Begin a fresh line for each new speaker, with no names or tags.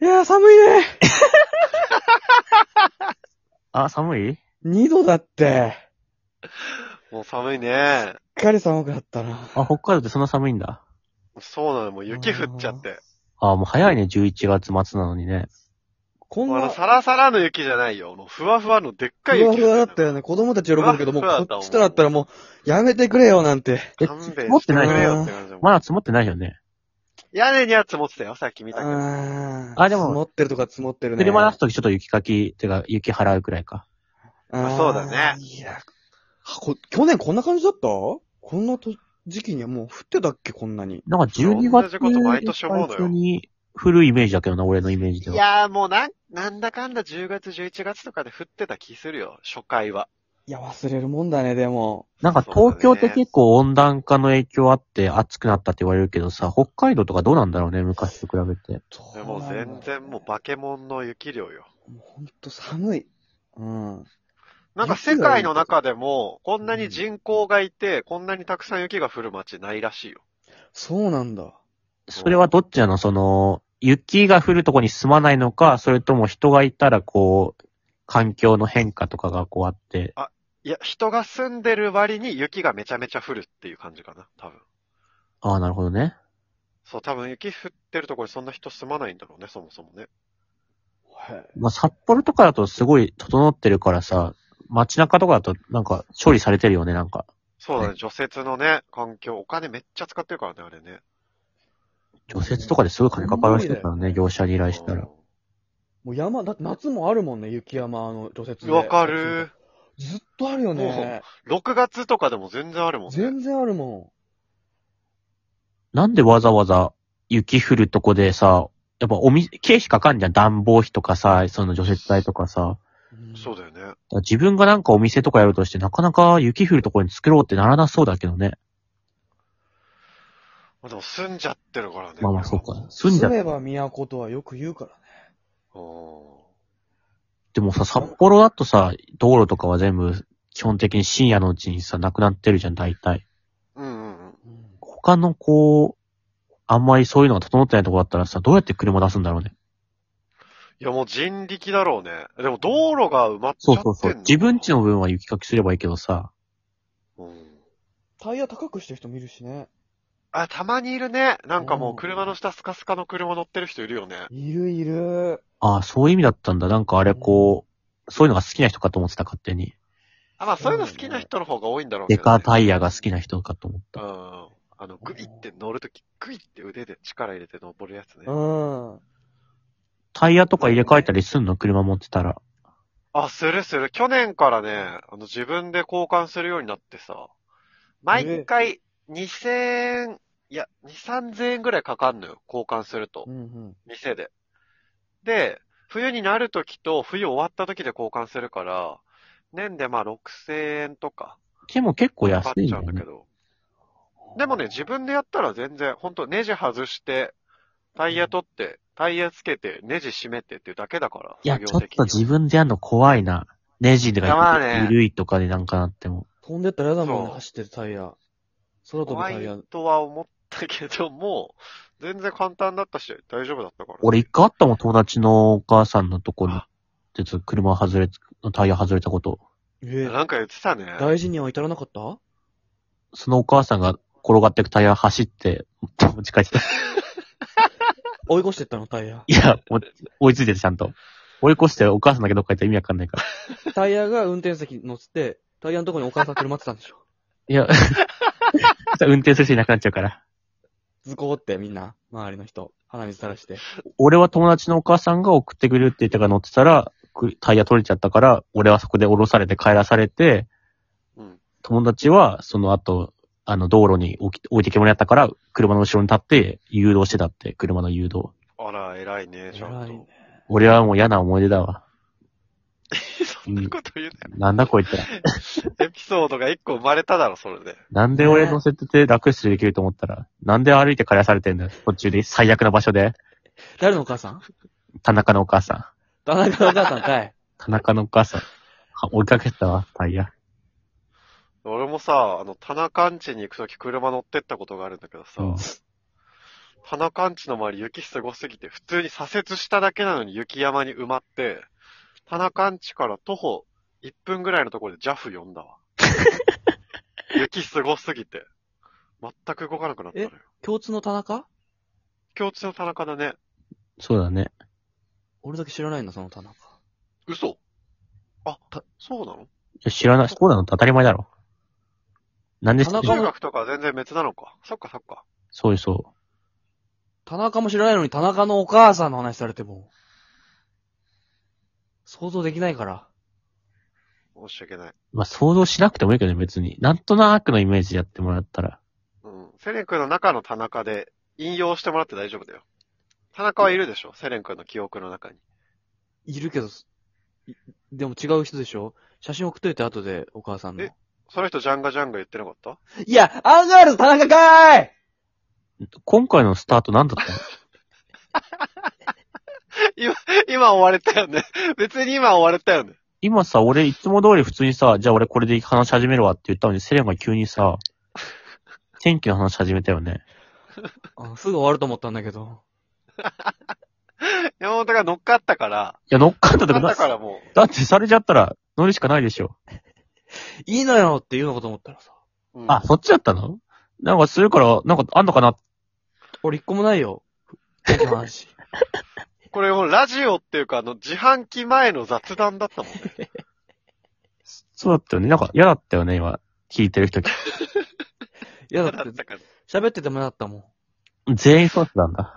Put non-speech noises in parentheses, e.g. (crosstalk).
いやー、寒いね。
あ、寒い
2度だって。
もう寒いね。
しっかり寒くなったな。
あ、北海道ってそんな寒いんだ。
そうなの、もう雪降っちゃって。
あ、もう早いね、11月末なのにね。
こん
ま
な
だ、サラサラの雪じゃないよ。もうふわふわのでっかい
ふわ
雪。
ふわだったよね。子供たち喜ぶけど、もう
ふわふわだった
こっちとだったらもう、やめてくれよなんて。
え、
勘弁
持っ
し
て
てく
ない
れ
よ。
よって感じだもん
まだ積もってないよね。
屋根には積もってたよ、さっき見たけど。
あ
あでも
積もってるとか積もってるね。
車出すときちょっと雪かき、てか雪払うくらいか。
あー
そうだね
いや、こ、去年こんな感じだったこんなと時期にはもう降ってたっけ、こんなに。
なんか12
そう同
月
じこと毎年思うのよ
最初に降るイメージだけどな、俺のイメージで
い
は。
やーもうなん、なんだかんだ10月、11月とかで降ってた気するよ、初回は。
いや、忘れるもんだね、でも。
なんか東京って結構温暖化の影響あって暑くなったって言われるけどさ、北海道とかどうなんだろうね、昔と比べて。
ど
で
う
も
なんだろ
全然もう化け物の雪量よ。
う。もうほんと寒い。うん。
なんか世界の中でも、こんなに人口がいて、こんなにたくさん雪が降る街ないらしいよ。
そうなんだ。
それはどっちなのその、雪が降るとこに住まないのか、それとも人がいたらこう、環境の変化とかがこうあって、
いや、人が住んでる割に雪がめちゃめちゃ降るっていう感じかな、多分。
ああ、なるほどね。
そう、多分雪降ってるところにそんな人住まないんだろうね、そもそもね。
はい。
まあ、札幌とかだとすごい整ってるからさ、街中とかだとなんか処理されてるよね、なんか。
そうだね
ね、
除雪のね、環境、お金めっちゃ使ってるからね、あれね。
除雪とかですごい金かかる人だから
う
ね、
ん
業者に依頼したら。
もう山、だって夏もあるもんね、雪山、あの、除雪
うん
で。
わかる。
ずっとあるよね。
6月とかでも全然あるもんね。
全然あるも
なんでわざわざ雪降るとこでさ、やっぱおみ、経費かかんじゃん、暖房費とかさ、その除雪代とかさ。
ん。
そう
だ。
だよね。
だから自分がなんかお店とかやるとして、なかなか雪降るとこに作ろうってならなそうだけどね。
まあでも住んじゃってるからね。
まあまあ、そうか。住んじ
住
ゃっ
めば都とはよく言うからね。
う
てもさ、札幌だとさ、道路とかは全部、基本的に深夜のうちにさ、なくなってるじゃん、大体。
ん。うんうんうん。
うん
他のこう、あんまりそういうのが整ってないとこだったらさ、どうやって車出すんだろうね。
いやもう人力だろうね。でも道路が埋まっち
そ
ゃっ
う
てん
そ
の
うそう。自分家の分は雪かきすればいいけどさ、
うん
タイヤ高くしてる人もいるしね。
あ、たまにいるね。なんかも
うん
う車の下スカスカの車乗ってる人いるよね。
いるいる。
ああ、そういう意味だったんだ。なんかあれこう、そういうのが好きな人かと思ってた、勝手に。
あ、まあそういうの好きな人の方が多いんだろうけ
デ
ど、ね。
カタイヤが好きな人かと思った。
うん。あの、グイって乗るとき、グイって腕で力入れて登るやつね
う。ん。
タイヤとか入れ替えたりすんの車持ってたら。
あ、するする。去年からね、あの、自分で交換するようになってさ、毎回2000円、いや、2、3000円ぐらいかかんのよ。交換すると
うんう。ん。
店で。で、冬になるときと冬終わったときで交換するから、年でまあ6000円とか
でも結構
か
安
かっ
いん
ち
だ
ゃう
よ
んだ
ね。
けど。でもね、自分でやったら全然、ほんとネジ外して、タイヤ取って、タイヤつけて、ネジ閉めてっていうだけだから、
いや、
作
ち
業
ょっ
的に
と
は
自分でやるの怖いな。ネジと
いやまあ
か、
ね
ゆるいとかでなんかなっても。
飛んでったら嫌だもんね、
そう
走ってるタイヤ。空飛ぶ
怖
タイヤ
い。とは思ったけども、全然簡単だったし、大丈夫だったから。
俺一回あったもん、友達のお母さんのとこに。で、ちょっと車外れ、タイヤ外れたこと。
ええ。
なんか言ってたね。
大事には至らなかった
そのお母さんが転がってくタイヤ走って、持ち帰ってた。
追い越してったの、タイヤ。
いや、もう追いついててちゃんと。追い越してお母さんだけどっか行ったら意味わかんないから。
タイヤが運転席乗せて、タイヤのとこにお母さん車ってたん
(laughs)
でしょ。
いや、運転する人いなくなっちゃうから。
ズコーってみんな、周りの人。鼻水垂らして。
俺は友達のお母さんが送ってくれるって言ったから乗ってたら、くタイヤ取れちゃったから、俺はそこで降ろされて帰らされて、
うん。
友達はその後、あの道路に置き置いてきてもらったから、車の後ろに立って誘導してたって、車の誘導。
あら、偉いね、ちゃん
偉いね
と。
俺はもう嫌な思い出だわ。
(laughs) そんなこと言うなよ
なんだこいつら。
エピソードが一個生まれただろ、それで。
なんで俺乗せてて楽出できると思ったら、なんで歩いて帰らされてんだよ。途中で最悪な場所で。
誰のお母さん
田中のお母さん。
田中のお母さんかい。
田中のお母さん。は追いかけてたわ、タイヤ。
俺もさ、あの、田中ん家に行くとき車乗ってったことがあるんだけどさ、
うん
花かんちの周り雪すごすぎて、普通に左折しただけなのに雪山に埋まって、花かんちから徒歩1分ぐらいのところで JAF 呼んだわ。
(laughs)
雪すごすぎて。全く動かなくなったのよ。
(laughs) 共通の田中
共通の田中だね。
そうだね。
俺だけ知らないんだ、その田中。
嘘あ、そうなの
いや知らない、そうなのって当たり前だろ。なんで知って
田
る
中
中
も
学とか全然別なのか。そっかそっか。
そうそ
田中も知らないのに田中のお母さんの話されても、想像できないから。
申し訳ない。
う。まあ、想像しなくてもいいけどね、別に。なんとなくのイメージでやってもらったら。
うん。セレン君の中の田中で引用してもらって大丈夫だよ。田中はいるでしょセレン君の記憶の中に。
いるけど、いでも違う人でしょ写真送っといて後で、お母さんの
え。その人ジャンガジャンガ言ってなかった
いや、アンガールズ田中かーい
今回のスタートなんだったの
今終われたよね。 (laughs) 別に今終われたよね。
今さ、俺いつも通り普通にさ、じゃあ俺これで話し始めるわって言ったのに、セレンが急にさ、天気の話始めたよね。
あすぐ終わると思ったんだけど。
山本が乗っかったから、
いや、乗っかったと
乗
か
っか
だ
ったからも
だってされちゃったら乗るしかないでしょ。
いいのよって言うのかと思ったらさ。
う。うん
あ、そっちだったのなんかするから、なんかあんのかな
俺一個もないよ。 (laughs) 天気の話。
これもうラジオっていうか、あの、自販機前の雑談だったもんね。
そうだったよね。なんか嫌だったよね、今。聞いてる人。
いや
だ
だ
っ
って、
たから。
喋っててもなったもん。
全員そうだったんだ。